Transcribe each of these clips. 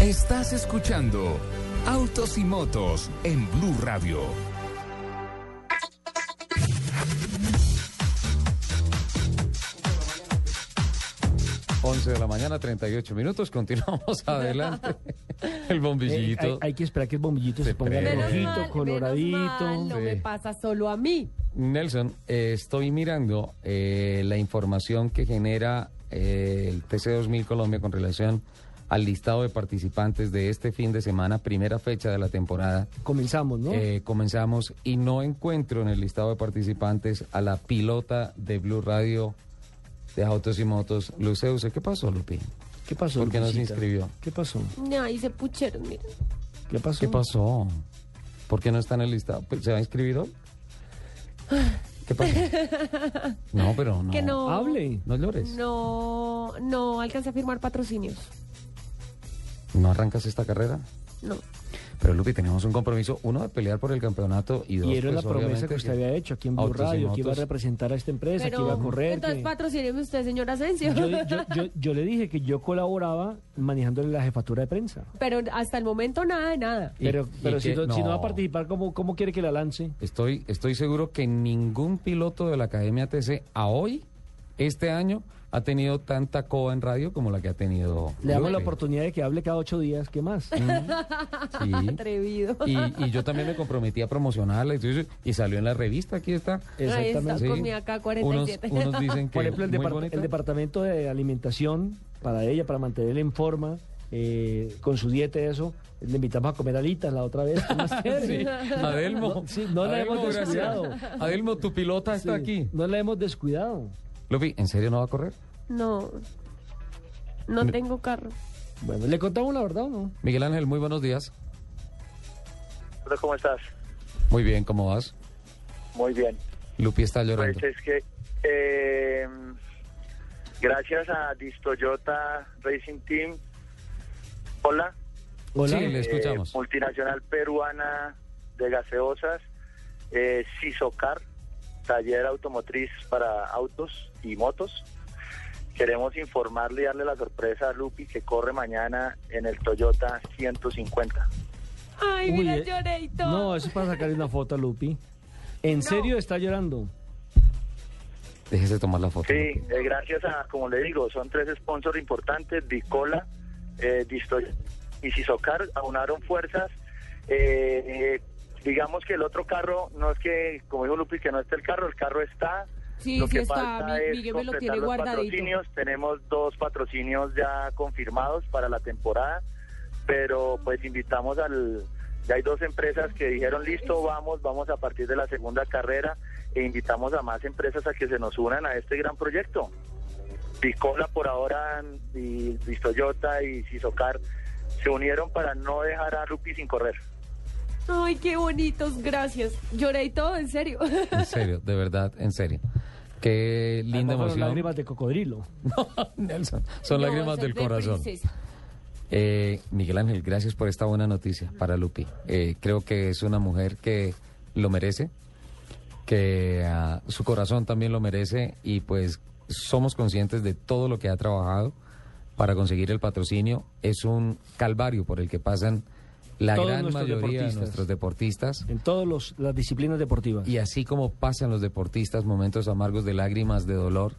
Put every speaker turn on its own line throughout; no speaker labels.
Estás escuchando Autos y Motos en Blue Radio.
Once de la mañana, 38 minutos. Continuamos adelante. El
Eh, hay,
bombillito.
hay que esperar que el bombillito
Se
se ponga
prende.
Menos
Rojito,
mal, menos
rojito,
mal,
coloradito.
no me
Sí.
pasa solo a mí.
Nelson, eh, estoy mirando eh, la información que genera eh, el TC2000 Colombia con relación al listado de participantes de este fin de semana, primera fecha de la temporada.
Comenzamos, ¿no?
Eh, comenzamos y no encuentro en el listado de participantes a la pilota de Blue Radio de Autos y Motos, Luceuse. ¿Qué pasó, Lupi?
¿Qué pasó?
¿Por qué no se
Lucita?
inscribió?
¿Qué pasó?
Ahí se pucheron, mira.
¿Qué pasó?
¿Qué pasó? ¿Por qué no está en el listado? ¿Pues ¿Se va a inscribir hoy? ¿Qué pasó? No, pero no.
Que no.
Hable.
No llores.
No, no alcancé a firmar patrocinios.
¿No arrancas esta carrera?
No.
Pero Lupi, tenemos un compromiso, uno de pelear por el campeonato y dos.
Y era
pues,
la promesa
obviamente,
que usted había hecho aquí en Blue
Autos y
Radio, que iba a
Motos.
representar a esta empresa, que iba Pues, a correr.
entonces
que-
patrocíneme usted, señor Asensio.
yo, yo- yo- yo le dije que yo colaboraba manejándole la jefatura de prensa.
Pero hasta el momento nada de nada.
Y-
Pero,
y
pero si,
que
no, si no va a
no.
participar, ¿cómo, cómo quiere que la lance?
Estoy, estoy seguro que ningún piloto de la Academia TC a hoy, este año, ha tenido tanta coba en radio como la que ha tenido.
Le damos la
Lupi.
oportunidad de que hable cada ocho días, ¿qué más?
Sí.
Atrevido.
Y, y yo también me comprometí a promocionarla y, todo eso, y salió en la revista, aquí está.
Ahí está
Sí.
con mi AK-47.
Unos, unos dicen que
Por ejemplo, el,
muy
depart-
bonita.
el departamento de alimentación para ella, para mantenerla en forma, eh, con su dieta y eso, le invitamos a comer alitas la otra vez. ¿qué más quiere?
Sí, Adelmo.
Sí, no la
Adelmo,
hemos
gracias.
descuidado.
Adelmo, tu pilota
Sí,
está aquí.
No la hemos descuidado.
Lupi, ¿en serio no va a correr?
No. No tengo carro.
Bueno, ¿le contamos la verdad o no?
Miguel Ángel, muy buenos días.
Hola, ¿cómo estás?
Muy bien, ¿cómo vas?
Muy bien.
Lupi está llorando.
Pues es que eh, gracias a Distoyota Racing Team, hola,
Hola.
Sí, le escuchamos.
eh, multinacional peruana de gaseosas, eh, Sisocar, taller automotriz para autos y motos. Queremos informarle y darle la sorpresa a Lupi que corre mañana en el Toyota 150.
Ay,
Uy,
mira,
eh,
lloré y todo.
No, eso es para sacarle una foto a Lupi. ¿En serio está llorando?
Déjese tomar la foto.
Sí,
Lupi.
eh, gracias a, como le digo, son tres sponsors importantes, Dicola, eh, Distoy y Sisocar, aunaron fuerzas. Eh, eh, digamos que el otro carro, no es que, como dijo Lupi, que no esté el carro, el carro está.
Sí,
lo
sí
que
está,
falta
Mi-
es
Miguel me lo
completar
tiene
los
guardadito.
patrocinios, tenemos dos patrocinios ya confirmados para la temporada, pero pues invitamos al... Ya hay dos empresas que dijeron, listo, vamos, vamos a partir de la segunda carrera e invitamos a más empresas a que se nos unan a este gran proyecto. Piscola por ahora y Vistoyota y Sisocar se unieron para no dejar a Lupi sin correr.
Ay, qué bonitos, gracias. Lloré y todo, en serio.
En serio, de verdad, en serio. Qué linda
Además, fueron
emoción.
lágrimas de cocodrilo.
Nelson, son
No,
lágrimas
eso
del
es de
corazón.
princesa.
Eh, Miguel Ángel, gracias por esta buena noticia para Lupi. Eh, creo que es una mujer que lo merece, que ah, su corazón también lo merece y pues somos conscientes de todo lo que ha trabajado para conseguir el patrocinio. Es un calvario por el que pasan la
Todos
gran
nuestros
mayoría de
deportistas.
nuestros deportistas.
En todas las disciplinas deportivas.
Y así como pasan los deportistas momentos amargos de lágrimas, de dolor,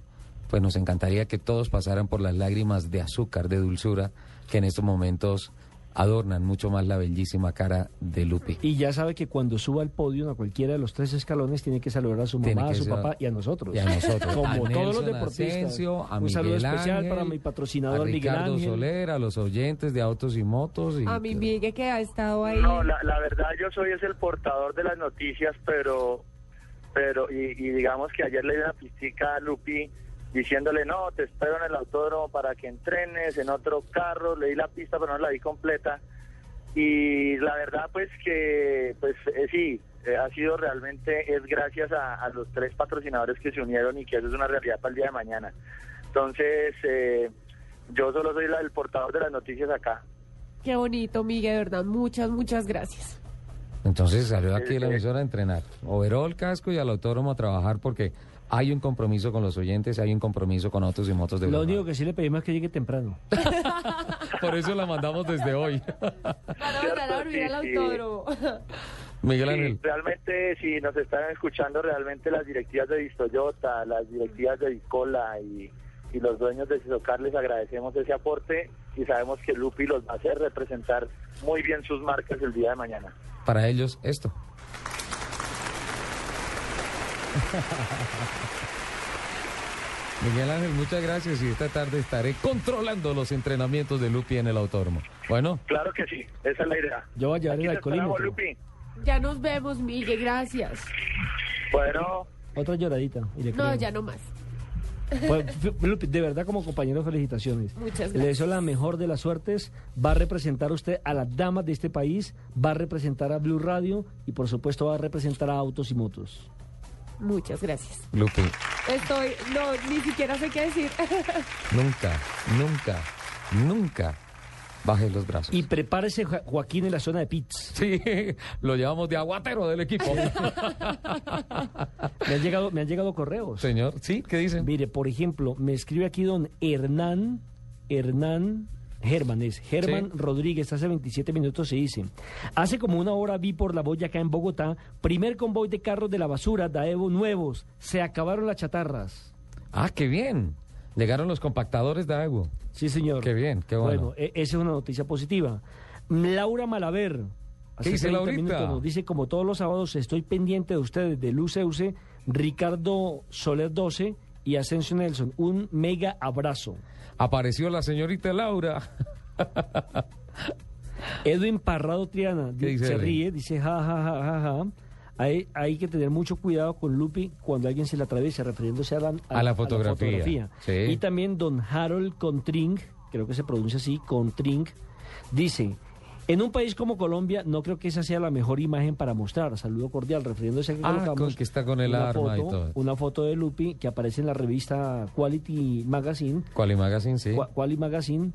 pues nos encantaría que todos pasaran por las lágrimas de azúcar, de dulzura, que en estos momentos adornan mucho más la bellísima cara de Lupi.
Y ya sabe que cuando suba al podio a cualquiera de los tres escalones tiene que saludar a su
Tiene
mamá, a
que
su
ser-
papá y a nosotros.
Y a nosotros.
Como
A
todos
Nelson
los deportistas.
Asensio, a
Un
Miguel
saludo especial
Ángel,
para mi patrocinador
a
Miguel
Ricardo
Ángel.
Soler, a los oyentes de Autos y Motos. Y
A mi Miguel que ha estado ahí.
No, la, la verdad yo soy es el portador de las noticias, pero pero y, y digamos que ayer le di una pistica a Lupi diciéndole, no, te espero en el autódromo para que entrenes, en otro carro, le di la pista pero no la di completa. Y la verdad pues que, pues eh, sí, eh, ha sido realmente, es gracias a, a los tres patrocinadores que se unieron y que eso es una realidad para el día de mañana. Entonces, eh, yo solo soy la- el portador de las noticias acá.
Qué bonito, Miguel, de verdad. Muchas, muchas gracias.
Entonces salió aquí de la emisora a entrenar. Overó el casco y al autódromo a trabajar porque Hay un compromiso con los oyentes, hay un compromiso con autos y motos de
Lo
Blue
único
Radio.
que sí le pedimos es que llegue temprano.
Por eso la mandamos desde hoy.
Van a mandar a dormir al
Sí, sí.
autódromo.
Miguel
Sí,
Ángel,
realmente, si nos están escuchando, realmente las directivas de Distoyota, las directivas de Discola y, y los dueños de Sisocar les agradecemos ese aporte y sabemos que Lupi los va a hacer representar muy bien sus marcas el día de mañana.
para ellos esto. Miguel Ángel, muchas gracias y esta tarde estaré controlando los entrenamientos de Lupi en el autódromo. Bueno,
Claro que sí, esa es la idea.
Yo voy a llevar
Aquí
el
te esperamos,
alcoholímetro.
Lupi.
Ya nos vemos, Miguel, gracias.
Bueno,
Otra lloradita. y le
No,
creo.
ya no más.
Pues, f- Lupi, de verdad, como compañero, felicitaciones.
Muchas
Le
gracias.
deseo la mejor de las suertes. Va a representar usted a las damas de este país, va a representar a Blue Radio y, por supuesto, va a representar a Autos y Motos.
Muchas gracias.
Lupi,
Estoy, no, ni siquiera sé qué decir.
nunca, nunca, nunca bajes los brazos.
Y prepárese, Jo- Joaquín, en la zona de pits.
Sí, lo llevamos de aguatero del equipo.
Me han llegado, me han llegado correos.
Señor, ¿sí? ¿Qué dicen?
Mire, por ejemplo, me escribe aquí don Hernán, Hernán Germán, es Germán
Sí.
Rodríguez, hace 27 minutos se dice, hace como una hora vi por la boya acá en Bogotá, primer convoy de carros de la basura, Daevo nuevos, se acabaron las chatarras.
Ah, qué bien. Llegaron los compactadores de agua.
Sí, señor.
Qué bien, qué bueno.
e- esa es una noticia positiva. Mm, Laura Malaver. hace
dice
30
Laurita?
minutos nos dice, como todos los sábados, estoy pendiente de ustedes, de Luz Euse, Ricardo Soler 12 y Asensio Nelson. Un mega abrazo.
Apareció la señorita Laura.
Edwin Parrado Triana
¿Qué
di-
dice
se
Edwin?
ríe, dice ja, ja, ja, ja, ja. Hay, hay que tener mucho cuidado con Lupi cuando alguien se le atraviesa, refiriéndose a la,
A la fotografía, sí.
Y también don Harold Contring, creo que se pronuncia así, Contring, dice, en un país como Colombia no creo que esa sea la mejor imagen para mostrar. Saludo cordial, refiriéndose a que
Ah,
colocamos
con que está con el
una
arma y
foto-
todo.
Una foto de Lupi que aparece en la revista Quality Magazine
Quali Magazine, sí.
Qua- Quali Magazine,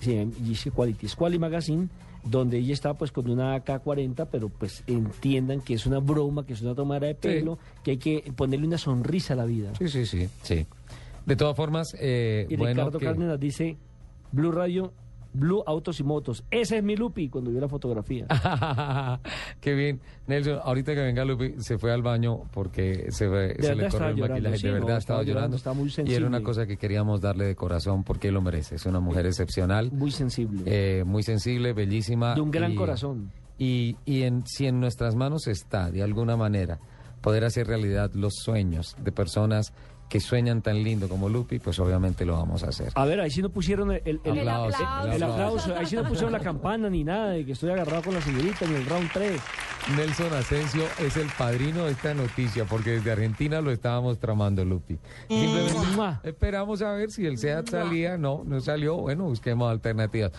sí, y dice Quality, es Quali Magazine, donde ella está pues con una AK-40, pero pues entiendan que es una broma, que es una tomada de pelo, que hay que ponerle una sonrisa a la vida.
Sí, sí, sí, sí. De todas formas, eh,
Y
bueno,
Ricardo
que-
Cárdenas dice, Blue Radio, Blue Autos y Motos, ese es mi Lupi, cuando vio la fotografía.
Ah. qué bien. Nelson, ahorita que venga Lupi, se fue al baño porque se, fue-
De
se le
verdad
corrió
estaba
el
llorando,
maquillaje.
sí,
de
no,
verdad estaba,
estaba llorando,
llorando.
estaba muy
y era una
sensible.
cosa que queríamos darle de corazón porque lo merece. Es una mujer excepcional,
Muy sensible.
eh, muy sensible, bellísima.
de un gran
y-
corazón.
Y, y en, si en nuestras manos está, de alguna manera, poder hacer realidad los sueños de personas que sueñan tan lindo como Lupi, pues obviamente lo vamos a hacer.
A ver, ahí sí no pusieron el, el- el-
Aplausos,
aplauso.
el
aplausos.
aplauso, ahí sí no pusieron la campana ni nada, de que estoy agarrado con la señorita en el round 3.
Nelson Asensio es el padrino de esta noticia, porque desde Argentina lo estábamos tramando, Lupi. Simplemente
Mm. Mua.
esperamos a ver si el SEAT salía. No, no salió. Bueno, busquemos alternativas.